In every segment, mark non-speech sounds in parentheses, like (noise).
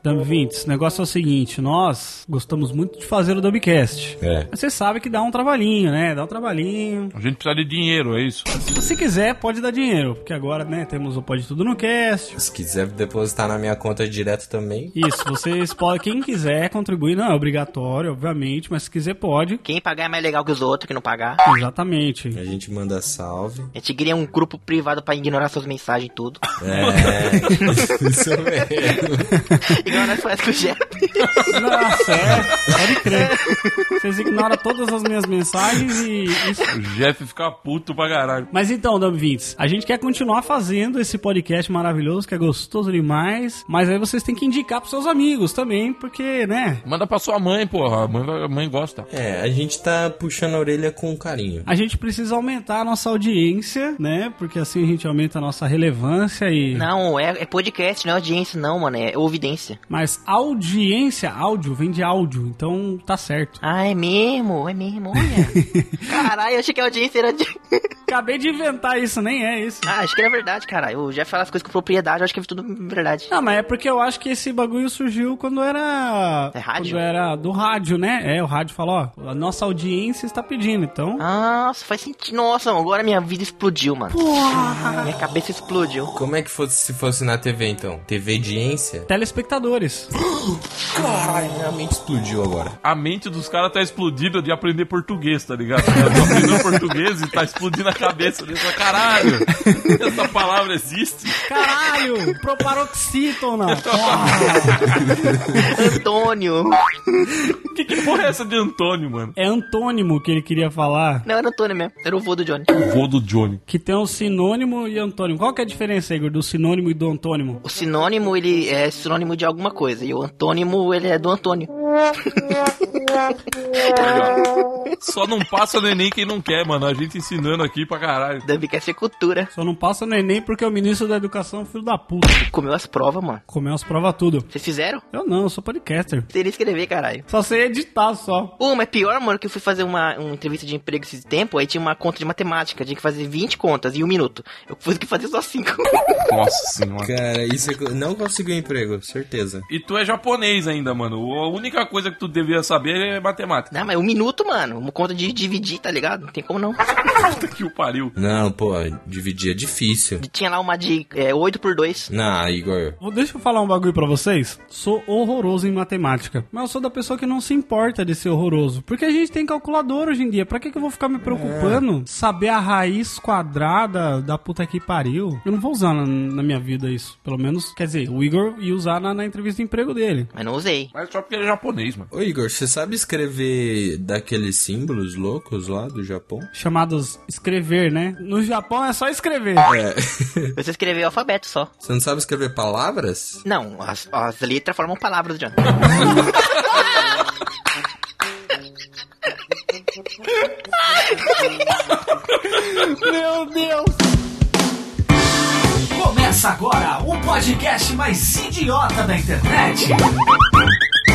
Dumb Vintes, o negócio é o seguinte, nós gostamos muito de fazer o Dumbcast. É. Mas Você sabe que dá um trabalhinho, né? Dá um trabalhinho. A gente precisa de dinheiro, é isso. Se você quiser, pode dar dinheiro, porque agora, né, temos o Pode Tudo no Cast. Se quiser depositar na minha conta direto também. Isso, vocês podem, quem quiser contribuir, não é obrigatório, obviamente, mas se quiser pode. Quem pagar é mais legal que os outros que não pagar. Exatamente. A gente manda salve. A gente cria um grupo privado pra ignorar suas mensagens e tudo. É. (laughs) isso mesmo. ignorar as frases que o Jeff. Nossa, é, pode crer. Vocês ignoram todas as minhas mensagens e isso O Jeff fica puto pra caralho. Mas então, Dumb Vintes, a gente quer continuar fazendo esse podcast maravilhoso, que é gostoso demais, mas aí vocês têm que indicar pros seus amigos também, porque, né? Manda pra sua mãe, porra. A mãe, vai- a mãe gosta. É, a gente tá puxando a orelha com carinho. A gente precisa aumentar a nossa audiência, né? Porque assim a gente aumenta a nossa relevância e. Não, é, é podcast, não é audiência, não, mano. É ouvidência. Mas audiência, áudio, vem de áudio, então tá certo. Ah, é mesmo, é mesmo, olha. caralho, eu achei que a audiência era de. (laughs) Acabei de inventar isso, nem é isso. ah, acho que era verdade, caralho. O Jeff fala as coisas com propriedade, eu acho que é tudo verdade. Não, mas é porque eu acho que esse bagulho surgiu quando era. É rádio? Quando era do rádio, né? É, o rádio falou, ó, a nossa audiência está pedindo, Ah. então. Nossa, faz sentido. Nossa, mano, agora minha vida explodiu, mano. Minha cabeça explodiu. Como é que fosse se fosse na TV então? TV audiência? Telespectadores. Caralho, realmente explodiu agora. A mente dos caras tá explodida de aprender português, tá ligado? Eu tô aprendendo português e tá explodindo a cabeça deles. Fala, Caralho, essa palavra existe? (laughs) Caralho, proparoxítona. Antônio. Que, que porra é essa de Antônio, mano? É antônimo que ele queria falar, Não, era Antônio mesmo. Era o vô do Johnny. Vou do Johnny. que tem um sinônimo e antônimo. Qual que é a diferença, Igor, do sinônimo e do antônimo? O sinônimo, ele é sinônimo de alguma coisa. E o antônimo, ele é do Antônio. Só não passa neném quem não quer, mano. A gente ensinando aqui pra caralho. Davi quer ser é cultura. Só não passa neném porque o ministro da educação é um filho da puta. Comeu as provas, mano. Comeu as provas tudo. Vocês fizeram? Eu não, eu sou podcaster. Seria escrever, caralho. Só sei editar só. Pô, mas pior, mano, que eu fui fazer uma, uma entrevista de emprego esse tempo, aí tinha uma conta de matemática, tinha que fazer 20 contas em um minuto. Eu consegui fazer só 5. Nossa senhora. Cara, isso é co- não conseguiu emprego, certeza. E tu é japonês ainda, mano. A única coisa que tu devia saber é matemática. (laughs) não, mas um minuto, mano. Uma conta de dividir, tá ligado? Não tem como não. Puta que o pariu. Não, pô, dividir é difícil. Tinha lá uma de é, 8 por 2. Não, Igor. Vou- Deixa eu falar um bagulho pra vocês. Sou horroroso em matemática. Mas eu sou da pessoa que não se importa de ser horroroso. Porque a gente tem calculador hoje em dia. Pra que, que eu vou ficar me preocupando? Saber a raiz quadrada da puta que pariu. Eu não vou usar na, na minha vida isso. Pelo menos, quer dizer, o Igor ia usar na, na entrevista de emprego dele. Mas não usei. Mas só porque ele é japonês, mano. Ô Igor, você sabe escrever daqueles símbolos loucos lá do Japão? Chamados escrever, né? No Japão é só escrever. É. Você escreveu alfabeto só. Você não sabe escrever palavras? Não, as, as letras formam palavras, John. Meu Deus! Começa agora o podcast mais idiota da internet.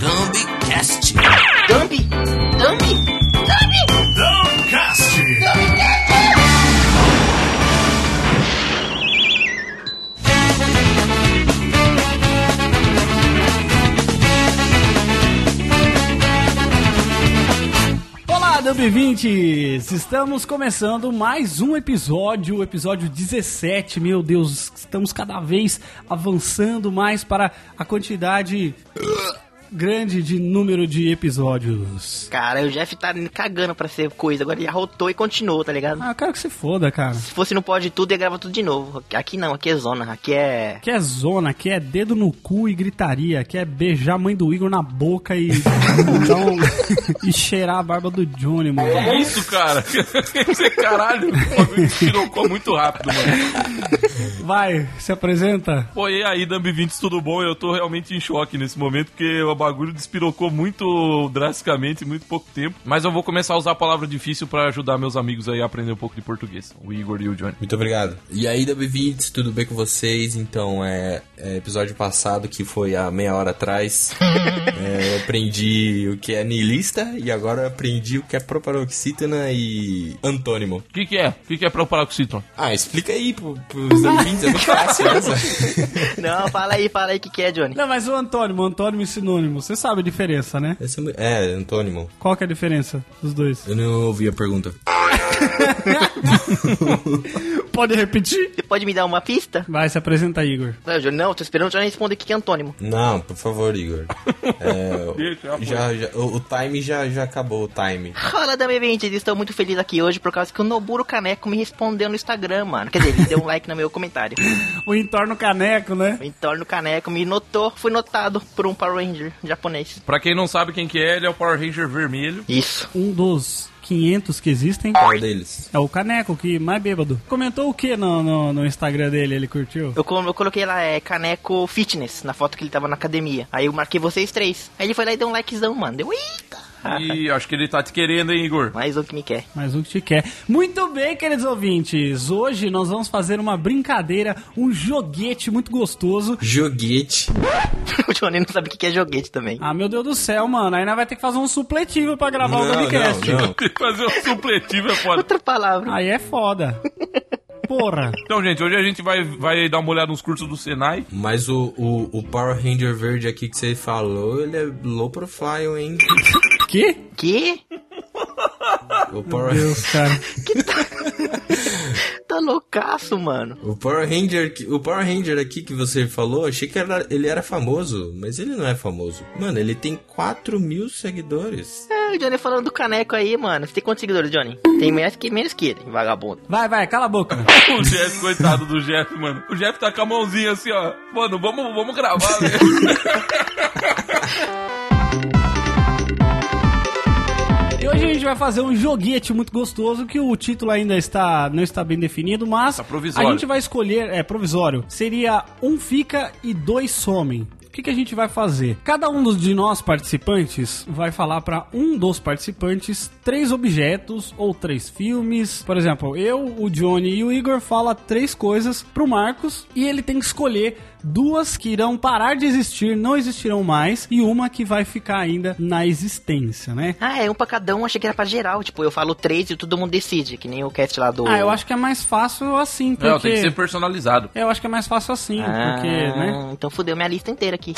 Dumbcast. Dumbi! Dumbi! Dumbcast. Olá, Dub 20! Estamos começando mais um episódio, o episódio 17. Meu Deus, estamos cada vez avançando mais para a quantidade grande de número de episódios. Cara, o Jeff tá cagando pra ser coisa. Agora ele arrotou e continuou, tá ligado? Ah, eu quero que se foda, cara. Se fosse não pode tudo, ia gravar tudo de novo. Aqui não, aqui é zona. Aqui (laughs) é. Aqui é zona, aqui é dedo no cu e gritaria, aqui é beijar a mãe do Igor na boca e, (laughs) então, e cheirar a barba do Johnny, mano. É isso, cara. Esse caralho, o bagulho tirou muito rápido, mano. Vai, se apresenta. Pô, e aí, Dambi 20, tudo bom? Eu tô realmente em choque nesse momento, porque o bagulho despirocou muito drasticamente em muito pouco tempo. Mas eu vou começar a usar a palavra difícil pra ajudar meus amigos aí a aprender um pouco de português. O Igor e o Johnny. Muito obrigado. E aí, W20, tudo bem com vocês? Então, é, é episódio passado, que foi há meia hora atrás, é, eu aprendi o que é niilista e agora eu aprendi o que é proparoxítona e antônimo. O que que é? O que que é proparoxítona? Ah, explica aí pro, pros W20, é muito fácil essa. Não, fala aí, fala aí o que, que é, Johnny. Não, mas o antônimo, antônimo e sinônimo, você sabe a diferença, né? (laughs) Essa é mu- é, antônimo. Qual que é a diferença dos dois? Eu não ouvi a pergunta. (laughs) Pode repetir? Você pode me dar uma pista? Vai, se apresenta, Igor. Não, Johnny, não, tô esperando o Johnny responder o que que é antônimo. Não, por favor, Igor. É, Deixa, já foi. já, já- o, o time já, já acabou, o time. Fala, Dami 20, estou muito feliz aqui hoje por causa que o Noburo Caneco me respondeu no Instagram, mano. Quer dizer, ele deu um (laughs) like no meu comentário. O entorno caneco, né? O entorno Caneco me notou, fui notado por um Power Ranger japonês. Pra quem não sabe quem que é, ele é o Power Ranger vermelho. Isso. Um dos 500 que existem Qual deles? é o caneco, que mais bêbado. Comentou o que no, no, no Instagram dele? Ele curtiu? Eu, co- eu coloquei lá, é, Caneco Fitness, na foto que ele tava na academia. Aí eu marquei vocês três. Aí ele foi lá e deu um likezão, mano. Deu, eita! E acho que ele tá te querendo, hein, Igor? Mais um que me quer. Mais um que te quer. Muito bem, queridos ouvintes. Hoje nós vamos fazer uma brincadeira, um joguete muito gostoso. Joguete. (laughs) o Johnny não sabe o que que é joguete também. Ah, meu Deus do céu, mano. Aí nós vai ter que fazer um supletivo pra gravar o podcast. não, não. Tem que fazer um supletivo é foda. Outra palavra. Aí é foda. Porra. Então, gente, hoje a gente vai, vai dar uma olhada nos cursos do Senai. Mas o, o, o Power Ranger verde aqui que você falou, ele é low profile, hein? Que? Que? O Power, Deus, cara. Tá loucaço, mano. (laughs) o Power Ranger, que- o Power Ranger aqui que você falou, achei que era- ele era famoso, mas ele não é famoso. Mano, ele tem 4 mil seguidores. É, o Johnny falando do caneco aí, mano. Você tem quantos seguidores, Johnny? Tem menos que, menos que ele, vagabundo. Vai, vai, cala a boca. O Jeff, coitado do Jeff, mano. O Jeff tá com a mãozinha assim, ó. Mano, vamos, vamos gravar, né? velho. E hoje a gente vai fazer um joguete muito gostoso que o título ainda está não está bem definido, mas Tá provisório. a gente vai escolher, é provisório. Seria um fica e dois somem. O que, que a gente vai fazer? Cada um dos de nós participantes vai falar para um dos participantes três objetos ou três filmes. Por exemplo, eu, o Johnny e o Igor fala três coisas pro Marcos e ele tem que escolher duas que irão parar de existir, não existirão mais e uma que vai ficar ainda na existência, né? Ah, é um pra cada um, achei que era pra geral. Tipo, eu falo três e todo mundo decide, que nem o cast lá do. Ah, eu acho que é mais fácil assim, porque... (laughs) Não, tem que ser personalizado. Eu acho que é mais fácil assim, Ah, porque, né? Então fudeu minha lista inteira aqui.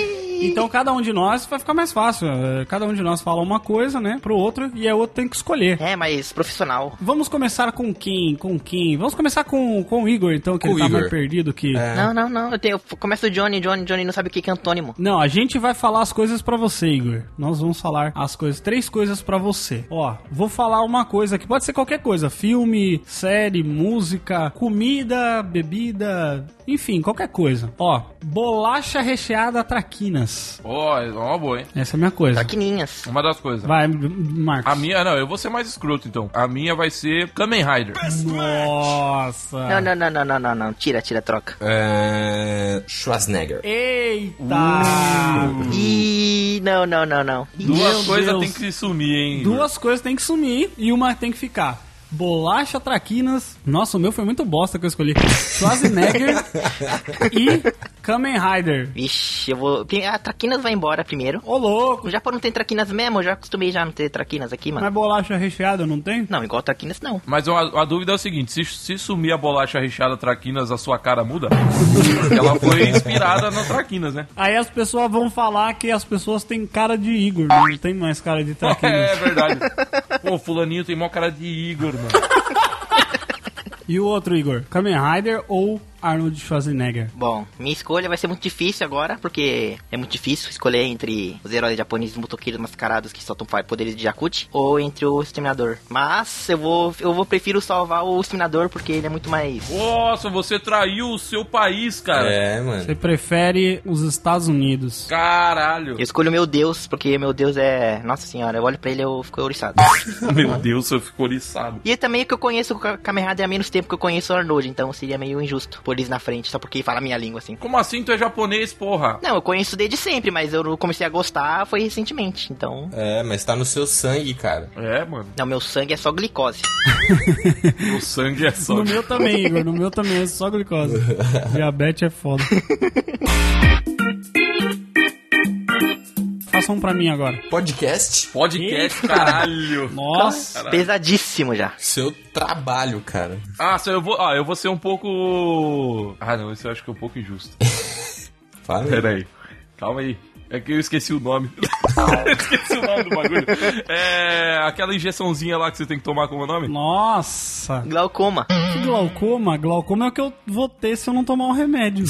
(laughs) Então cada um de nós vai ficar mais fácil. eh, Cada um de nós fala uma coisa, né, pro outro, e aí o outro tem que escolher. é, mas profissional. Vamos começar com quem? Com quem? Vamos começar com, com o Igor, então, que Com ele tá o Igor. mais perdido que. Não, não, não. Eu, tenho, eu começo o Johnny, Johnny, Johnny não sabe o que que é antônimo. Não, a gente vai falar as coisas pra você, Igor. Nós vamos falar as coisas, três coisas pra você. Ó, vou falar uma coisa que pode ser qualquer coisa, filme, série, música, comida, bebida, enfim, qualquer coisa. Ó, bolacha recheada traquinas. Ó, é uma boa, hein? Essa é a minha coisa. Traquininhas. Uma das coisas. Vai, M- M- Marcos. A minha, não, eu vou ser mais escroto então. A minha vai ser Kamen Rider. Nossa. Não, não, não, não, não, não, não. Tira, tira, troca. É, Schwarzenegger. Eita! Ih, não, não, não, não. Ih, Duas Meu coisas Deus. tem que se sumir, hein? Igor? Duas coisas tem que sumir e uma tem que ficar. Bolacha Traquinas. Nossa, o meu foi muito bosta que eu escolhi. Schwarzenegger e Kamen Rider. Vixe, eu vou. quem- A Traquinas vai embora primeiro. Ô louco! O Japão não tem Traquinas mesmo, eu já acostumei já a não ter Traquinas aqui, mano. Mas bolacha recheada não tem? Não, igual Traquinas não. Mas a, a dúvida é o seguinte: se, se sumir a bolacha recheada Traquinas, a sua cara muda? Porque ela foi inspirada na Traquinas, né? Aí as pessoas vão falar que as pessoas têm cara de Igor, né? não tem mais cara de É Traquinas. verdade. Pô, Fulaninho tem mó cara de Igor, mano. E o outro Igor? Kamen Rider ou Arnold Schwarzenegger? Bom, minha escolha vai ser muito difícil agora, porque é muito difícil escolher entre os heróis japoneses motoqueiros mascarados que soltam fa- poderes de Yakut ou entre o Exterminador. Mas eu vou, eu vou prefiro salvar o Exterminador porque ele é muito mais. Nossa, você traiu o seu país, cara. É, mano. Você prefere os Estados Unidos? Caralho. Eu escolho o meu Deus, porque meu Deus é. Nossa senhora, eu olho pra ele e eu fico ouriçado. (laughs) Meu Deus, eu fico oriçado. é e também que eu conheço o Kamen Rider há menos tempo que eu conheço o Arnold, então seria meio injusto. japonês na frente, só porque fala a minha língua, assim. Como assim tu é japonês, porra? Não, eu conheço desde sempre, mas eu comecei a gostar foi recentemente, então... É, mas tá no seu sangue, cara. É, mano. Não, meu sangue é só glicose. O sangue é só. (laughs) No meu também, Igor. No meu também é só glicose. Diabetes é foda. Faça um pra mim agora. Podcast? Podcast, caralho. (laughs) Nossa. Então, Pesadíssimo já. Seu trabalho, cara. Ah, só eu vou. Ah, eu vou ser um pouco. Ah, não, isso eu acho que é um (laughs) pouco injusto. Fala. aí. Pera aí. Calma aí. É que eu esqueci (laughs) o nome. (laughs) Eu esqueci o nome do bagulho. É. Aquela injeçãozinha lá que você tem que tomar, como é o nome? Nossa. Glaucoma. Que glaucoma? Glaucoma é o que eu vou ter se eu não tomar um remédio.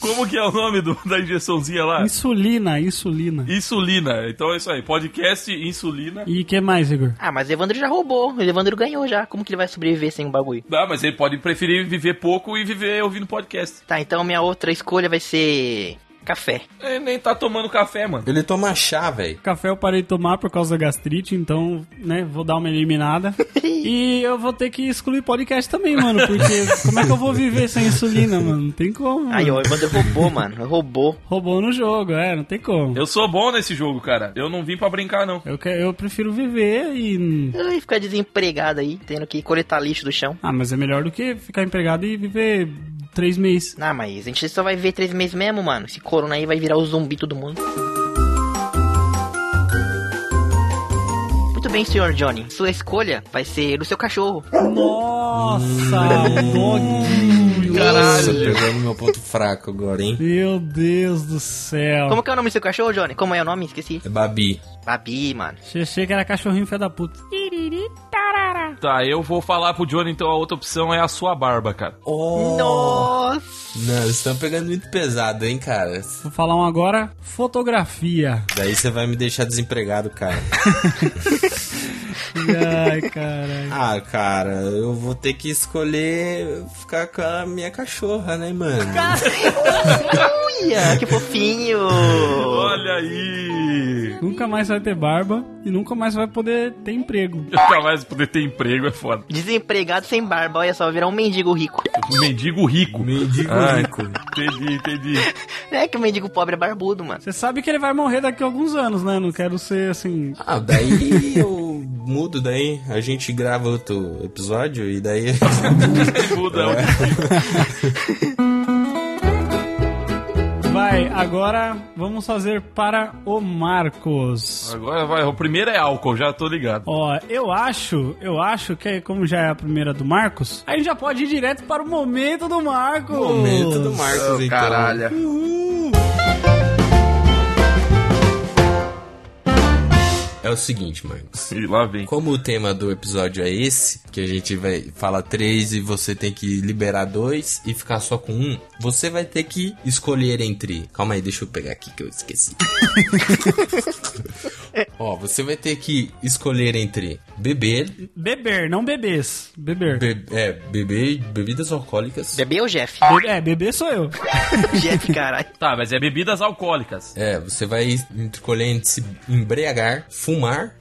Como que é o nome do- da injeçãozinha Ah. lá? Insulina, insulina. Insulina. Então é isso aí. Podcast insulina. E que mais, Igor? Ah, mas Evandro já roubou. Evandro ganhou já. Como que ele vai sobreviver sem o bagulho? Ah, mas ele pode preferir viver pouco e viver ouvindo podcast. Tá, então minha outra escolha vai ser... Café. Ele nem tá tomando café, mano. Ele toma chá, velho. Café eu parei de tomar por causa da gastrite, então, né, vou dar uma (laughs) eliminada. E eu vou ter que excluir podcast também, mano, porque como é que eu vou viver sem insulina, mano? Não tem como. Aí, mano. ó, o Evandro roubou, mano. Roubou. Roubou no jogo, é, não tem como. Eu sou bom nesse jogo, cara. Eu não vim pra brincar, não. Eu, que- eu prefiro viver e. Ai, ficar desempregado aí, tendo que coletar lixo do chão. Ah, mas é melhor do que ficar empregado e viver três meses. Ah, mas a gente só vai ver três meses mesmo, mano. Esse corona aí vai virar o zumbi todo mundo. Muito bem, senhor Johnny. Sua escolha vai ser o seu cachorro. Nossa, o dog. Nossa, Caralho. pegando meu ponto fraco agora, hein? Meu Deus do céu. Como que é o nome do seu cachorro, Johnny? Como é o nome? Esqueci. É Babi. Babi, mano. Achei que era cachorrinho fé da puta. Tá, eu vou falar pro Johnny, então a outra opção é a sua barba, cara. Oh. Nossa! Não, vocês estão pegando muito pesado, hein, cara? Vou falar um agora. (laughs) Fotografia. Daí você vai me deixar desempregado, cara. Ai, caralho. Ah, cara, eu vou ter que escolher ficar com a minha cachorra, né, mano? Uia, que fofinho! Olha aí! Nunca mais vai ter barba e nunca mais vai poder ter emprego. Nunca mais poder ter emprego é foda. Desempregado sem barba, olha só, vai virar um mendigo rico. Mendigo rico. Mendigo Ah, rico. Entendi, entendi. É que o mendigo pobre é barbudo, mano. Você sabe que ele vai morrer daqui a alguns anos, né? Não quero ser assim. Ah, daí eu mudo daí. A gente grava outro episódio e daí. Ele muda. né? Vai, agora vamos fazer para o Marcos. Agora vai. O primeiro é álcool, já tô ligado. Ó, eu acho, eu acho que como já é a primeira do Marcos, a gente já pode ir direto para o momento do Marcos. Momento do Marcos, então. É o seguinte, Marcos. E lá vem. Como o tema do episódio é esse, que a gente vai falar três e você tem que liberar dois e ficar só com um, você vai ter que escolher entre. Calma aí, deixa eu pegar aqui que eu esqueci. Ó, você vai ter que escolher entre beber, Beber, não bebês. Beber. be- é, beber bebidas alcoólicas. Bebê ou Jeff? Be- é, beber sou eu. Jeff, caralho. Tá, mas é bebidas alcoólicas. É, você vai escolher entre se embriagar, fumar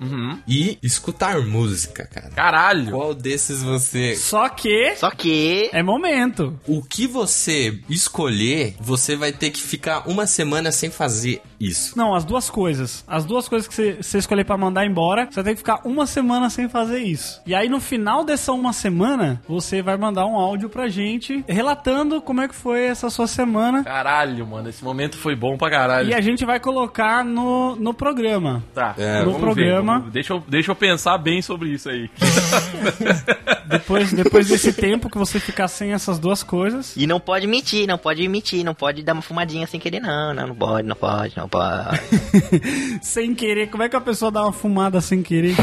e escutar música, cara. Caralho! Qual desses você Só que Só que. é momento. O que você escolher, você vai ter que ficar uma semana sem fazer isso. Não, as duas coisas. As duas coisas que você- você escolher pra mandar embora, você tem que ficar uma semana sem fazer isso. E aí, no final dessa uma semana, você vai mandar um áudio pra gente relatando como é que foi essa sua semana. Caralho, mano, esse momento foi bom pra caralho. E a gente vai colocar no, no programa. Tá, É, no programa. vamos- deixa, eu, deixa eu pensar bem sobre (laughs) isso aí. Depois, depois desse tempo que você ficar sem essas duas (laughs) coisas. E não pode mentir, não pode mentir, não pode dar uma fumadinha sem querer, não, não, não pode, não pode, não pode. (laughs) Sem querer, como é que a pessoa dá uma fumada sem querer?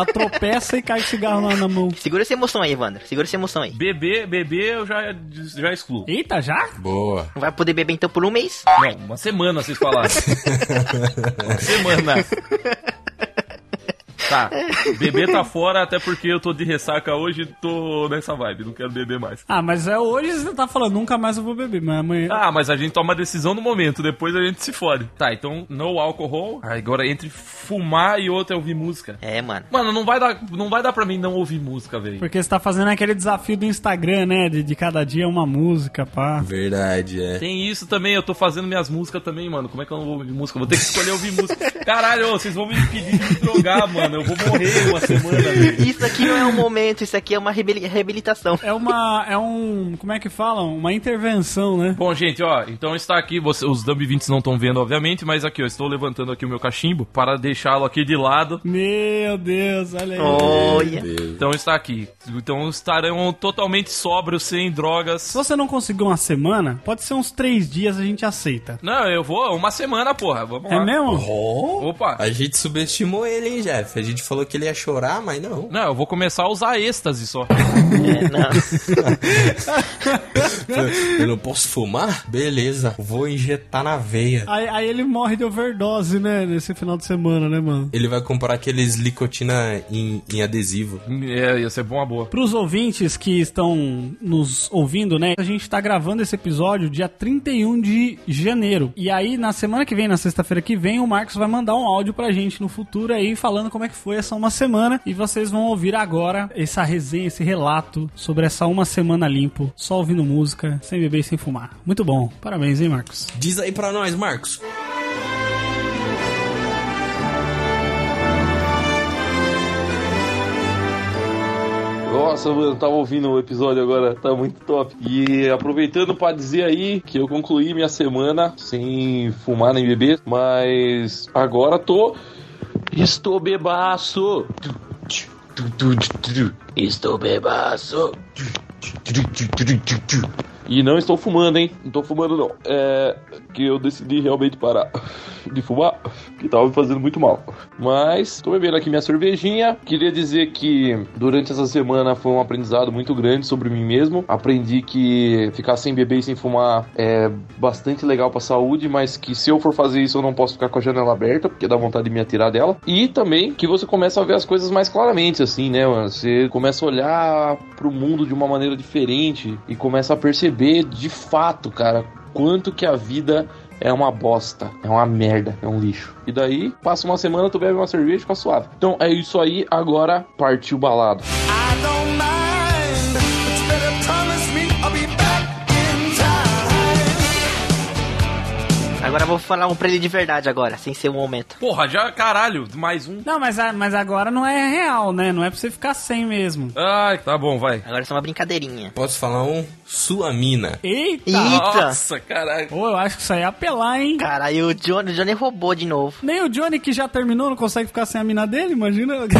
Atropeça e cai o cigarro lá na mão. Segura essa emoção aí, Evandro, segura essa emoção aí. Beber, beber eu já, já excluo. Eita, já? Boa. Não vai poder beber então por um mês? Não, uma semana vocês falaram. uma semana. Tá, beber tá fora, até porque eu tô de ressaca hoje e tô nessa vibe, não quero beber mais. Ah, mas é hoje você tá falando, nunca mais eu vou beber, mas amanhã. Ah, mas a gente toma a decisão no momento, depois a gente se fode. Tá, então no álcool. Agora entre fumar e outra é ouvir música. É, mano. Mano, não vai dar, não vai dar pra mim não ouvir música, velho. Porque você tá fazendo aquele desafio do Instagram, né? De, de cada dia uma música, pá. Verdade, é. Tem isso também, eu tô fazendo minhas músicas também, mano. Como é que eu não vou ouvir música? Eu Vou ter que escolher ouvir música. Caralho, ô, vocês vão me impedir de me drogar, mano. Eu vou morrer uma semana, velho. Isso aqui não é um momento, isso aqui é uma reabili- reabilitação. É uma. É um. Como é que falam? Uma intervenção, né? Bom, gente, ó, então está aqui, você- os Dumb 20 não estão vendo, obviamente, mas aqui, ó, estou levantando aqui o meu cachimbo para deixá-lo aqui de lado. Meu Deus, olha aí. Olha. Então está aqui. Então estarão totalmente sóbrios, sem drogas. Se você não conseguiu uma semana, pode ser uns três dias, a gente aceita. Não, eu vou uma semana, porra. Vamos É lá. mesmo? Oh, Opa. a gente subestimou ele, hein, Jeff? A gente falou que ele ia chorar, mas (laughs) não. Não, eu vou começar a usar êxtase só. É, não. Eu não posso fumar? Beleza, vou injetar na veia. Aí, aí ele morre de overdose, né? Nesse final de semana, né, mano? Ele vai comprar aqueles licotina em, em adesivo. É, ia ser bom a boa. Para os ouvintes que estão nos ouvindo, né? A gente tá gravando esse episódio dia 31 de janeiro. E aí, na semana que vem, na sexta-feira que vem, o Marcos vai mandar um áudio pra gente no futuro aí, falando como é que foi essa uma semana. E vocês vão ouvir agora essa resenha, esse relato sobre essa uma semana limpo, só ouvindo música, sem beber e sem fumar. Muito bom. Parabéns, hein, Marcos? Diz aí pra nós, Marcos. Nossa, mano, tava ouvindo o episódio agora, tá muito top. E aproveitando pra dizer aí que eu concluí minha semana sem fumar nem beber, mas agora tô. Estou bebaço! Estou bebaço! E não estou fumando, hein? Não tô fumando, não. É que eu decidi realmente parar (laughs) de fumar, que tava me fazendo muito mal. Mas tô bebendo aqui minha cervejinha. Queria dizer que durante essa semana foi um aprendizado muito grande sobre mim mesmo. Aprendi que ficar sem beber e sem fumar é bastante legal pra saúde, mas que se eu for fazer isso eu não posso ficar com a janela aberta, porque dá vontade de me atirar dela. E também que você começa a ver as coisas mais claramente, assim, né, mano? Você começa a olhar pro mundo de uma maneira diferente e começa a perceber de fato, cara, quanto que a vida é uma bosta, é uma merda, é um lixo. E daí, passa uma semana, tu bebe uma cerveja e fica suave. Então é isso aí, agora partiu balado. Agora eu vou falar um pra ele de verdade agora, sem ser um momento. Porra, já caralho, mais um. Não, mas, a- mas agora não é real, né? Não é pra você ficar sem mesmo. Ai, tá bom, vai. Agora é só uma brincadeirinha. Posso falar um? Sua mina. Eita! Ih. Eita. Nossa, caralho. Pô, eu acho que isso aí é apelar, hein? Caralho, o Johnny, o Johnny roubou de novo. Nem o Johnny que já terminou não consegue ficar sem a mina dele, imagina. (laughs)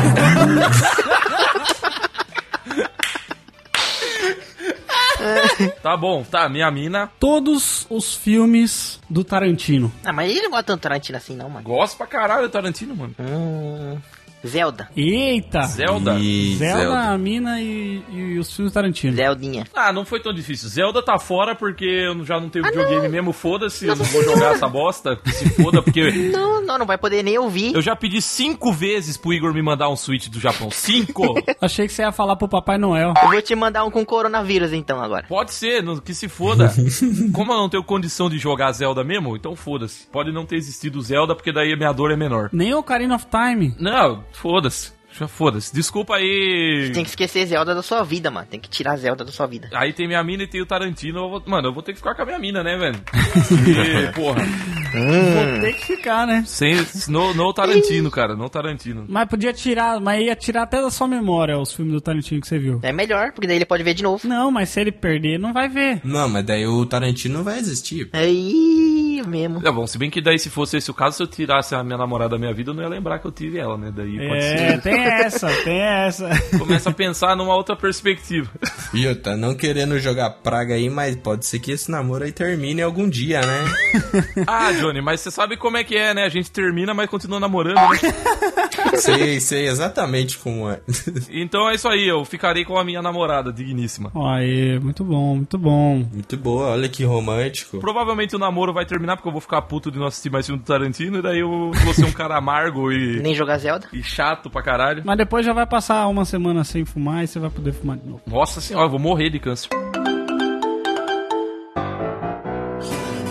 Tá bom, tá, minha mina. Todos os filmes do Tarantino. Ah, mas ele não gosta tanto de Tarantino assim, não, mano. Gosto pra caralho do Tarantino, mano. Hum. Zelda. Eita! Zelda. Ih, Zelda, Zelda. a mina e, e os filmes do Tarantino. Zeldinha. Ah, não foi tão difícil. Zelda tá fora porque eu já não tenho videogame mesmo, foda-se, eu não vou jogar essa bosta, que se foda, porque Não, não, não vai poder nem ouvir. eu já pedi cinco vezes pro Igor me mandar um Switch do Japão. Cinco? Achei que você ia falar pro Papai Noel. Eu vou te mandar um com coronavírus então agora. Pode ser, não- que se foda. Como eu não tenho condição de jogar Zelda mesmo, então foda-se. Pode não ter existido Zelda, porque daí a minha dor é menor. Nem o Ocarina of Time. Não, foda-se. Já foda-se. Desculpa aí. Tem que esquecer Zelda da sua vida, mano. Tem que tirar Zelda da sua vida. Aí tem minha mina e tem o Tarantino. eu vou- Mano, eu vou ter que ficar com a minha mina, né, velho? Porque, porra. Tem que ficar, né? Sem, no, no Tarantino, cara. No Tarantino. Mas podia tirar, mas ia tirar até da sua memória os filmes do Tarantino que você viu. É melhor, porque daí ele pode ver de novo. Não, mas se ele perder, não vai ver. Não, mas daí o Tarantino não vai existir. Aí É, mesmo. É bom, se bem que daí se fosse esse o caso, se eu tirasse a minha namorada da minha vida, eu não ia lembrar que eu tive ela, né? Daí pode É, ser. tem essa, tem essa. (laughs) Começa a pensar numa outra perspectiva. E eu tá não querendo jogar praga aí, mas pode ser que esse namoro aí termine algum dia, né? Ah, Johnny, mas você sabe como é que é, né? A gente termina, mas continua namorando, né? (laughs) sei, sei exatamente como é. (laughs) Então é isso aí, eu ficarei com a minha namorada, digníssima. Ó, Aí, muito bom, muito bom. Muito boa, olha que romântico. Provavelmente o namoro vai terminar treinar porque eu vou ficar puto de não assistir mais filme do Tarantino e daí eu vou ser um cara amargo e, Nem jogar Zelda. e chato pra caralho. Mas depois já vai passar uma semana sem fumar e você vai poder fumar de novo. Nossa senhora, eu vou morrer de câncer.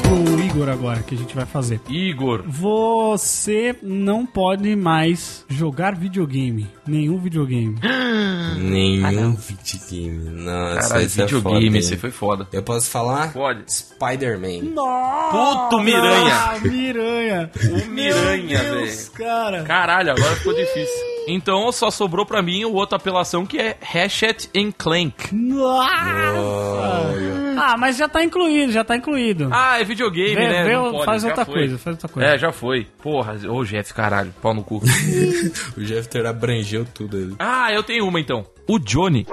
Pro Igor agora, que a gente vai fazer. Igor. Você não pode mais jogar videogame. Nenhum videogame. Nenhum videogame. Nossa, Ah, Caralho, esse é videogame, foda, esse hein? foi foda. Eu posso falar? Pode. (laughs) Spider-Man. Puto Miranha. Ah, Miranha. (laughs) O Miranha, Meu velho. Deus, cara. Caralho, agora ficou difícil. Então só sobrou pra mim o outra apelação que é Hatchet and Clank. Nossa. Ah, mas já tá incluído, já tá incluído. Ah, é videogame, Vê- né? vê Não o- pode, faz já outra foi. coisa, faz outra coisa. É, já foi. Porra, ô Jeff, caralho, pau no (laughs) cu. O Jeffter abrangeu tudo ali. ah, eu tenho uma então. O Johnny.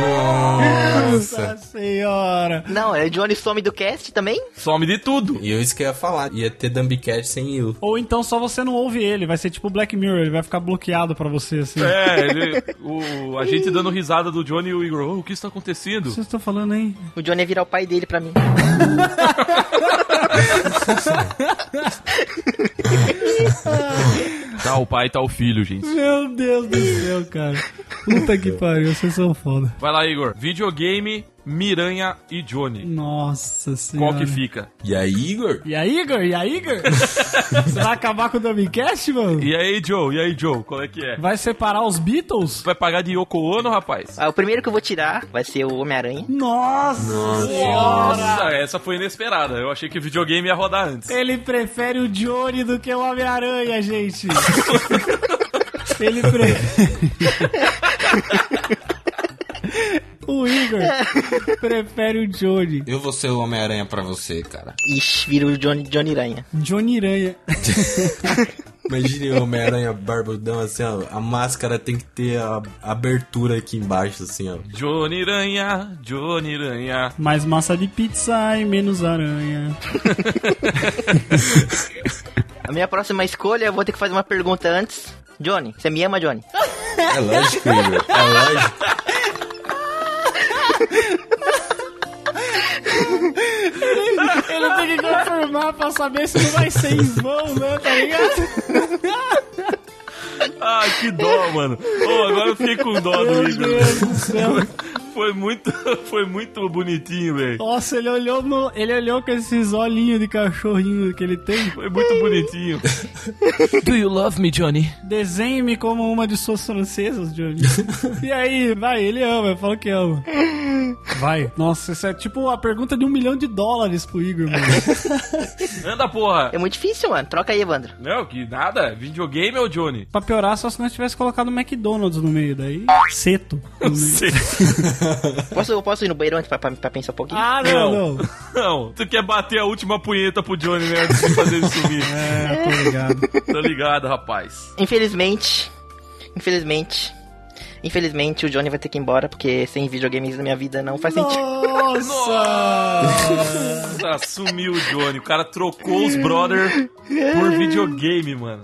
Nossa. Nossa senhora. Não, é o Johnny some do cast também? Some de tudo. E eu isso que eu ia falar. Ia ter Dumbcat sem eu. Ou então só você não ouve ele, vai ser tipo Black Mirror, ele vai ficar bloqueado pra você assim. O É, ele, o, a gente dando risada do Johnny e o Igor. "Oh, o que está acontecendo? que vocês estão falando, hein? O Johnny ia virar o pai dele pra mim. Tá o pai, tá o filho, gente. Meu Deus do céu, cara. Puta que pariu, vocês são foda. Vai lá, Igor. Videogame, Miranha e Johnny. Nossa senhora. Qual que fica? E aí, Igor? E aí, Igor? E aí, Igor? (laughs) Você vai acabar com o Dumbcast, mano? E aí, Joe? E aí, Joe? Qual é que é? Vai separar os Beatles? Vai pagar de Yoko Ono, rapaz? Ah, o primeiro que eu vou tirar vai ser o Homem-Aranha. Nossa, senhora! Nossa, essa foi inesperada. Eu achei que o videogame ia rodar antes. Ele prefere o Johnny do que o Homem-Aranha, gente. (laughs) Ele prefere. (laughs) o Igor prefere o Johnny. Eu vou ser o Homem-Aranha pra você, cara. Ixi, vira o Johnny, Johnny Aranha. Johnny Aranha. Imagine o Homem-Aranha barbudão, assim, ó. A máscara tem que ter a abertura aqui embaixo, assim, ó. Johnny Ranha, Johnny Ranha. Mais massa de pizza e menos aranha. A minha próxima escolha, eu vou ter que fazer uma pergunta antes. Johnny, você me ama, Johnny? É lógico, Igor. É lógico. Ele tem que confirmar pra saber se não vai ser em vão, né? Tá ligado? Ai, que dó, mano. Ô, agora eu fiquei com dó do Meu Igor. Deus do céu. Foi muito, (laughs) foi muito bonitinho, velho. Nossa, ele olhou, no, ele olhou com esses olhinhos de cachorrinho que ele tem. Foi muito bonitinho. Do you love me, Johnny? Desenhe-me como uma de suas francesas, Johnny. e aí, vai, ele ama, eu falo que ama. Vai. Nossa, isso é tipo a pergunta de um milhão de dólares pro Igor, mano. Anda, porra. É muito difícil, mano. Troca aí, Evandro. Não, que nada. Videogame é o Johnny. pra piorar, só se nós tivesse colocado o McDonald's no meio, daí. Seto. no meio. Sei. Posso, eu posso ir no banheiro antes pra, pra, pra pensar um pouquinho? Ah, Não. não, não. Não, tu quer bater a última punheta pro Johnny, né? Antes de fazer (laughs) ele sumir. É, tô (laughs) ligado. Tá ligado, rapaz. Infelizmente, infelizmente, infelizmente o Johnny vai ter que ir embora, porque sem videogames na minha vida não faz sentido. Nossa! Tá, sumiu o Johnny. O cara trocou os brother por videogame, mano.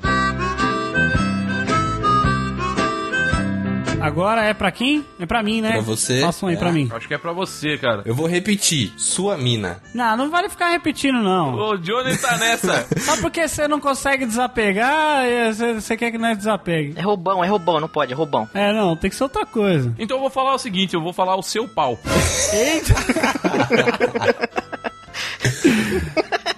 Agora é pra quem? É pra mim, né? Pra você? Faça um aí É. pra mim. Acho que é pra você, cara. Eu vou repetir. Sua mina. Não, não vale ficar repetindo, não. O Johnny tá nessa. Só porque você não consegue desapegar, eh, você você quer que nós desapegue. É roubão, é roubão, não pode, é roubão. É, não, tem que ser outra coisa. Então eu vou falar o seguinte, eu vou falar o seu pau.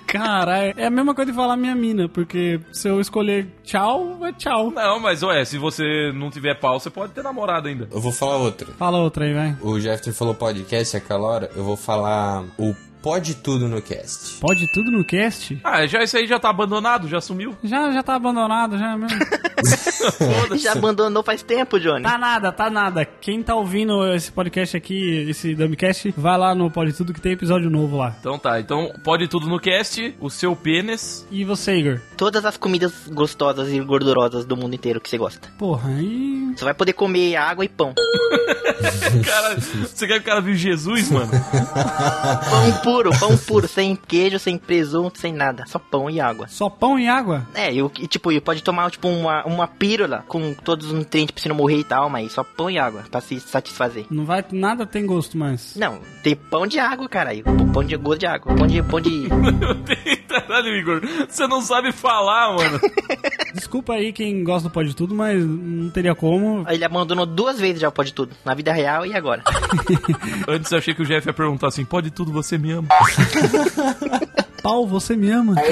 Caralho, é a mesma coisa de falar minha mina, porque se eu escolher tchau, é tchau. Não, mas ué, se você não tiver pau, você pode ter namorado ainda. Eu vou falar outra. Fala outra aí, vai. O Jeffter falou podcast aquela hora. Eu vou falar o pode tudo no cast. Pode tudo no cast? Ah, já isso aí já tá abandonado, já sumiu. Já, já tá abandonado, já mesmo. É. Já abandonou faz tempo, Johnny. (laughs) tá nada, tá nada. Quem tá ouvindo esse podcast aqui, esse Dumbcast, vai lá no Pode Tudo que tem episódio novo lá. Então tá, então pode tudo no cast, o seu pênis. E você, Igor? Todas as comidas gostosas e gordurosas do mundo inteiro que você gosta. Porra, aí. Você vai poder comer água e pão. Cara, você quer que o cara viu Jesus, mano? Pão puro, pão puro, sem queijo, sem presunto, sem nada. Só pão e água. Só pão e água? É, e, o- e tipo, e pode tomar tipo uma, uma pílula com todos os nutrientes pra você não morrer e tal, mas só pão e água pra se satisfazer. Não vai, nada tem gosto mais. (laughs) Não, tem pão de água, caralho. Pão de gosto de água. Pão de. Pão de. Tem, Caralho, Igor, você não sabe falar, mano. Desculpa aí quem gosta do Pode Tudo, mas não teria como. Ele abandonou duas vezes já o Pode Tudo, na vida real e agora. Antes eu achei que o Jeff ia perguntar assim: pode tudo, você me ama. Pau, você me ama. (laughs)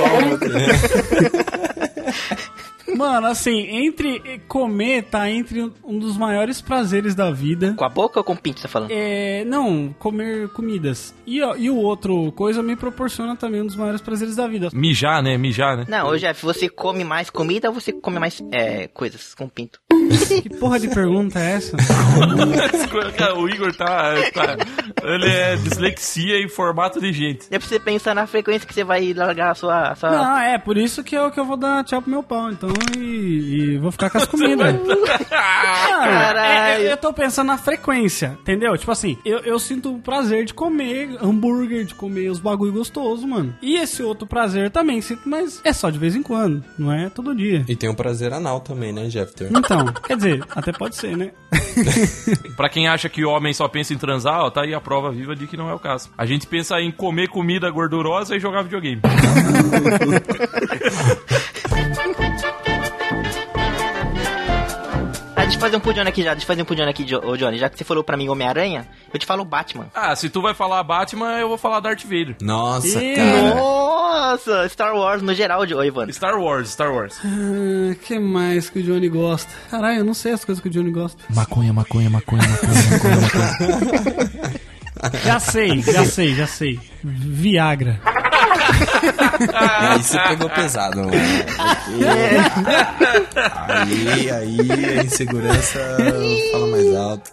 Mano, assim, entre comer tá entre um dos maiores prazeres da vida. Com a boca ou com o pinto, tá falando? É, não, comer comidas. E, ó, e o outro coisa me proporciona também um dos maiores prazeres da vida. Mijar, né? Mijar, (laughs) né? Não, ô Jeff, você come mais comida ou você come mais é, coisas com pinto? Que porra de pergunta é essa? Cara, o Igor tá, tá- Ele é dislexia em formato de gente. É pra você pensar na frequência que você vai largar a sua. a sua- Não, é, por isso que eu, que eu vou dar tchau pro meu pau, então, e, e vou ficar com as (laughs) comidas. Cara, é, Caralho. é, eu tô pensando na frequência, entendeu? Tipo assim, eu, eu sinto o prazer de comer hambúrguer, de comer os bagulho gostoso, mano. E esse outro prazer também sinto, mas é só de vez em quando, não é todo dia. E tem um prazer anal também, né, Jeff? Tem- Então, quer dizer, até pode ser, né? Pra quem acha que homem só pensa em transar, ó, tá aí a prova viva de que não é o caso. A gente pensa em comer comida gordurosa e jogar videogame. Ah, deixa eu fazer um pudiano aqui já, deixa eu fazer um pudiano aqui, Jo- ô Johnny. Já que você falou pra mim Homem-Aranha, eu te falo Batman. Ah, se tu vai falar Batman, eu vou falar Darth Vader. Nossa, Ih, É. cara. Nossa, Star Wars no geral, Jo- ô Ivan. Star Wars, Star Wars. Ah, que mais que o Johnny gosta? Caralho, eu não sei as coisas que o Johnny gosta. Maconha, maconha, maconha, maconha, maconha, maconha. Já sei, já sei, já sei. Viagra. Aí você pegou pesado, né? mano. Aí, aí, a insegurança fala mais alto.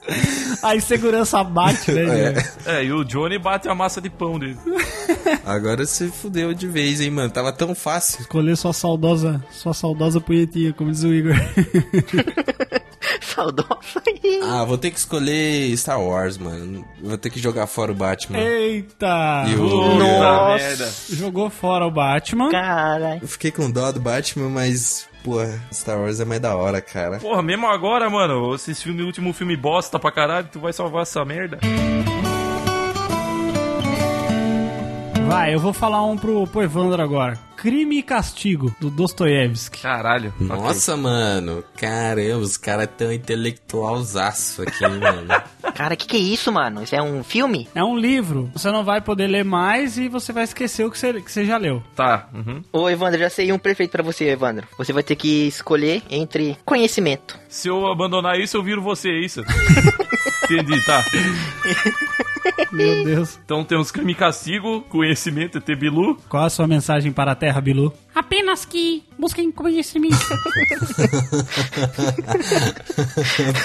A insegurança bate, né, Johnny? É, e o Johnny bate a massa de pão dele. Agora você fudeu de vez, hein, mano. Tava tão fácil. Escolher sua saudosa, sua saudosa punhetinha, como diz o Igor. (laughs) (laughs) Saudosa. Ah, vou ter que escolher Star Wars, mano. Vou ter que jogar fora o Batman. Eita! E o- Puta Nossa. merda. Jogou fora o Batman. Caralho. Eu fiquei com dó do Batman, mas, pô, Star Wars é mais da hora, cara. Porra, mesmo agora, mano, esses filme, último filme bosta pra caralho, tu vai salvar essa merda? Vai, eu vou falar um pro, pro Evandro agora. Crime e Castigo, do Dostoiévski. Caralho. Nossa, mano. Caramba, os caras tão intelectualzaço aqui, hein, mano. (laughs) Cara, que que é isso, mano? Isso é um filme? É um livro, você não vai poder ler mais e você vai esquecer o que você, que você já leu. Tá. uhum. Ô, Evandro, já sei um perfeito pra você, Evandro. Você vai ter que escolher entre conhecimento. Se eu abandonar isso, eu viro você, é isso? Entendi, tá. Meu Deus. Então temos crime e castigo, conhecimento, ET Bilu. Qual a sua mensagem para a Terra, Bilu? Apenas que busquem conhecimento.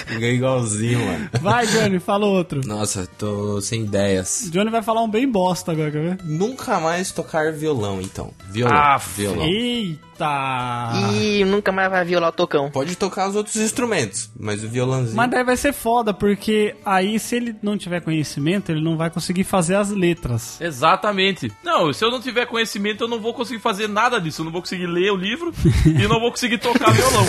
Ficou igualzinho, mano. (laughs) Vai, Johnny, fala outro. Nossa, tô sem ideias. Johnny vai falar um bem bosta agora, quer ver? Nunca mais tocar violão, então. Violão. Ah, violão. Ah. Eita! Ih, nunca mais vai violar o tocão. Pode tocar os outros instrumentos, mas o violãozinho. Mas daí vai ser foda, porque aí se ele não tiver conhecimento, ele não vai conseguir fazer as letras. Exatamente. Não, se eu não tiver conhecimento, eu não vou conseguir fazer nada disso. Eu não vou conseguir ler o livro (laughs) e não vou conseguir tocar violão.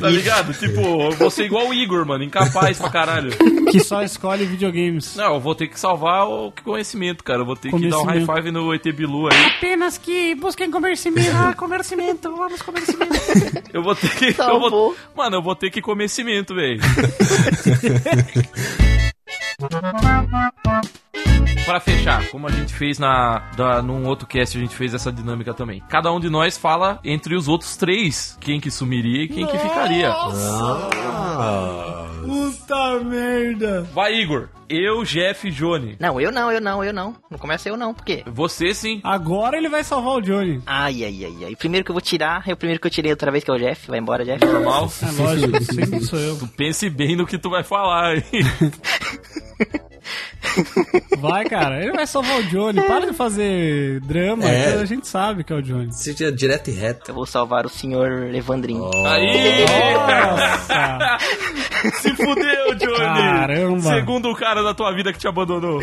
Tá ligado? Tipo, eu vou ser igual o Igor, mano, incapaz pra caralho. Que só escolhe (laughs) videogames. Não, eu vou ter que salvar o conhecimento, cara. Eu vou ter que dar um high Conhecimento. five no ET Bilu aí. Apenas que busquem conhecimento. Ah, conhecimento, vamos conhecimento. Eu vou ter que. Eu Salvou. vou, mano, eu vou ter que comer cimento, velho. (laughs) Pra fechar, como a gente fez na, da, num outro cast, a gente fez essa dinâmica também. Cada um de nós fala entre os outros três quem que sumiria e quem que ficaria. Ah, Puta merda! Vai, Igor. Eu, Jeff e Johnny. Não, eu não, eu não, eu não. Não começa eu não, por quê? Você sim. Agora ele vai salvar o Johnny. Ai, ai, ai, ai. O primeiro que eu vou tirar é o primeiro que eu tirei outra vez, que é o Jeff. Vai embora, Jeff. Normal. É lógico, sempre sou eu. Pense bem no que tu vai falar, (laughs) hein? Vai, cara. Ele vai salvar o Johnny. Para de fazer drama. É. que A gente sabe que é o Johnny. seja direto e reto. Eu vou salvar o senhor Evandrinho. Aí! Nossa! (laughs) Se fudeu, Johnny! Caramba. Segundo o cara da tua vida que te abandonou.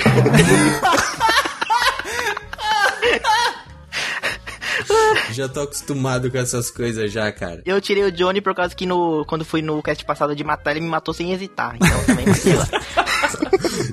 Já tô acostumado com essas coisas já, cara. Eu tirei o Johnny por causa que no, quando fui no cast passado de matar, ele me matou sem hesitar. Então também, sei lá.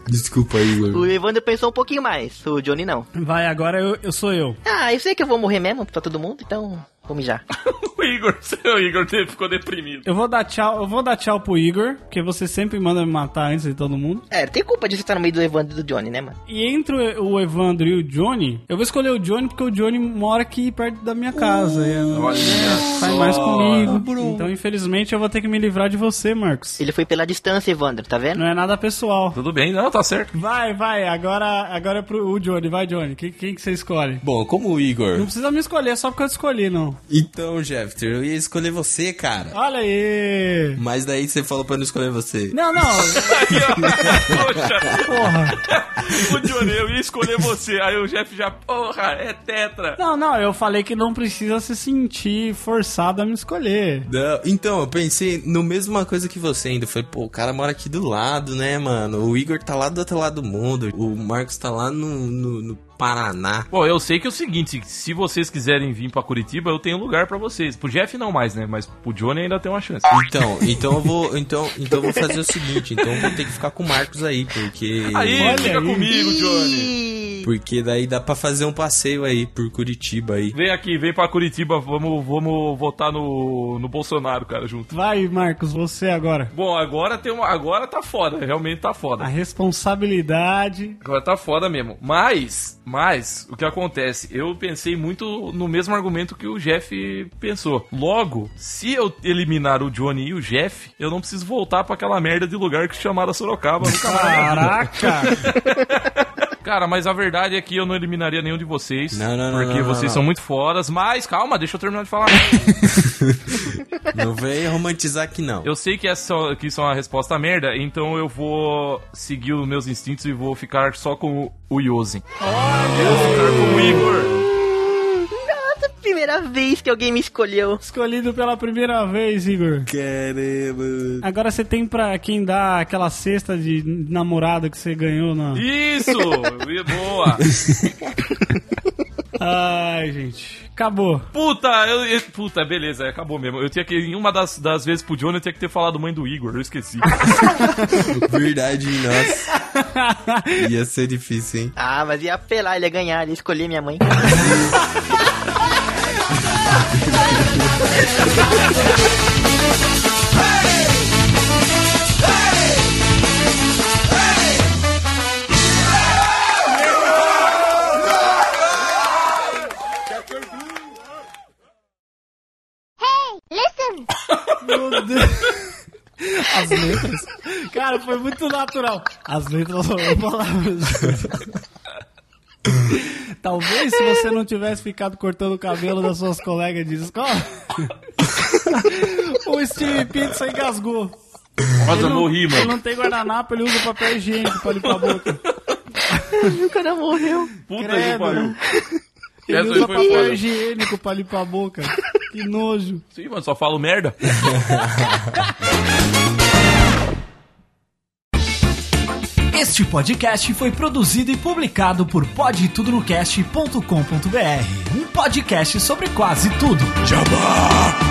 Desculpa aí, O Igor. Evandro pensou um pouquinho mais, o Johnny não. Vai, agora eu, eu sou eu. Ah, eu sei que eu vou morrer mesmo pra todo mundo, então vou mijar. (laughs) O Igor, o Igor teve- ficou deprimido. Eu vou dar tchau, eu vou dar tchau pro Igor, porque você sempre manda me matar antes de todo mundo. É, tem culpa de você estar no meio do Evandro e do Johnny, né, mano? E entre o o Evandro e o Johnny, eu vou escolher o Johnny porque o Johnny mora aqui perto da minha casa. e eu- Olha Sai só. mais comigo. Então, infelizmente, eu vou ter que me livrar de você, Marcos. Ele foi pela distância, Evandro, tá vendo? Não é nada pessoal. Tudo bem, não, tá certo. Vai, vai, agora, agora é pro o Johnny. Vai, Johnny. Quem, quem que você escolhe? Bom, como o Não Igor. precisa me escolher, é só porque eu te escolhi, não. Então, Jeffter, eu ia escolher você, cara. Olha aí! Mas daí você falou pra eu não escolher você. Não, não, Aí, ó, (laughs) poxa, porra. o Johnny, eu ia escolher você. Aí o Jeff já, porra, é tetra. Não, não, eu falei que não precisa se sentir forçado a me escolher. Não, então, eu pensei no mesma coisa que você ainda. Falei, pô, o cara mora aqui do lado, né, mano? O Igor tá lá do outro lado do mundo. O Marcos tá lá no, no, no Paraná. Bom, eu sei que é o seguinte, se vocês quiserem vir pra Curitiba, eu tenho um lugar pra vocês. Pro Jeff não mais, né? Mas pro Johnny ainda tem uma chance. Então, então eu vou, então, então eu vou fazer o seguinte, então eu vou ter que ficar com o Marcos aí, porque Aí, Olha fica aí. comigo, é, Johnny. Ih, porque daí dá pra fazer um passeio aí por Curitiba aí. Vem aqui, vem pra Curitiba, vamos, vamos votar no, no Bolsonaro, cara, junto. Vai, Marcos, você agora. Bom, agora tem uma. Agora tá foda, realmente tá A foda. responsabilidade. Agora tá foda mesmo. Mas, mas, o que acontece? Eu pensei muito no mesmo argumento que o Jeff pensou. Logo, se eu eliminar o Johnny e o Jeff, eu não preciso voltar pra aquela merda de lugar que chamaram Sorocaba nunca mais. Caraca! (laughs) Cara, mas a verdade é que eu não eliminaria nenhum de vocês. Não, não, não, Porque não, não, vocês não. são muito fodas. Mas, calma, deixa eu terminar de falar. Não vem romantizar aqui não. eu sei que essa que isso é uma resposta merda, então eu vou seguir os meus instintos e vou ficar só com o Yosin. Eu vou ficar com o Igor. nossa, primeira vez que alguém me escolheu. Escolhido pela primeira vez, Igor. Caramba. Agora você tem pra quem dá aquela cesta de namorado que você ganhou na. Isso! E Boa! Ai, gente. Acabou. Puta, eu, eu- puta, beleza, acabou mesmo. Eu tinha que, em uma das, das vezes pro Johnny, eu tinha que ter falado mãe do Igor, eu (laughs) esqueci. Verdade, nossa. Ia ser difícil, hein? Ah, mas ia apelar, ele ia ganhar, ele ia escolher minha mãe. Meu Deus. As letras. (laughs) Cara, foi muito natural. As letras foram (laughs) palavras. Talvez se você não tivesse ficado cortando o cabelo das suas colegas de escola, (laughs) o Steve Pizza engasgou. Nossa, eu morri, Ele mano. não tem guardanapo, ele usa papel higiênico pra limpar a boca. (laughs) o cara morreu. Puta que credo. pariu. Ele Essa usa foi papel foda. higiênico pra limpar a boca. Que nojo. Sim, mano, só falo merda. Este podcast foi produzido e publicado por podtudonocast.com.br, um podcast sobre quase tudo. Jabá!